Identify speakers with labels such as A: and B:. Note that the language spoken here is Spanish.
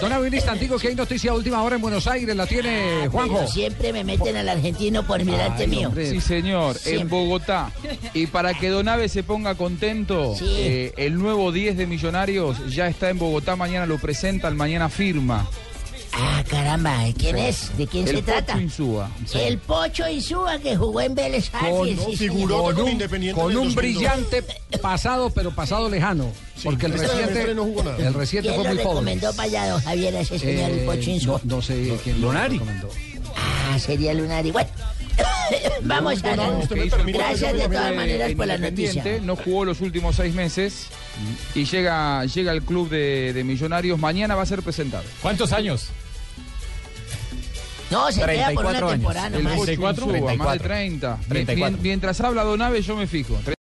A: Don Avi, un instantico que hay noticia última hora en Buenos Aires, la tiene Juanjo.
B: Pero siempre me meten al argentino por mirarte mío.
C: Sí, señor, en Bogotá. Y para que Donave se ponga contento,
B: Sí.
C: eh, el nuevo 10 de Millonarios ya está en Bogotá. Mañana lo presentan, mañana firma.
B: Ah, caramba, ¿eh? ¿quién es? ¿De quién
C: el
B: se
C: Pocho
B: trata?
C: Insúa.
B: El Pocho Insúa que jugó en Vélez Arfield, sí, señor.
D: figuró
A: Con
D: con
A: un,
D: Independiente
A: con
D: en el
A: un
D: 2002.
A: brillante pasado, pero pasado lejano. porque el
D: este
A: reciente,
D: semestre no jugó nada.
A: el
B: ¿Quién
A: reciente
B: lo
A: fue muy pobre.
B: recomendó para allá, don Javier, a ese señor, el
A: Eh,
B: Pocho
A: no,
B: Insúa?
A: no sé quién lo
E: Lunari.
A: recomendó.
B: Ah, sería Lunari. Bueno, vamos a
D: Donave,
B: la...
D: usted
C: que
D: me
C: hizo el
D: permite
B: Gracias
D: que yo
B: de
D: me
B: todas
C: de
B: maneras por la
C: Independiente,
B: noticia.
C: No jugó los últimos seis meses y llega, llega al club de, de Millonarios. Mañana va a ser presentado.
E: ¿Cuántos años?
B: No, se queda por una
E: 34 años.
B: temporada
E: El
B: nomás.
C: Pocho
E: 34,
C: Insúa, más de
E: 34.
C: 30.
E: 34.
C: Mientras habla Donave, yo me fijo.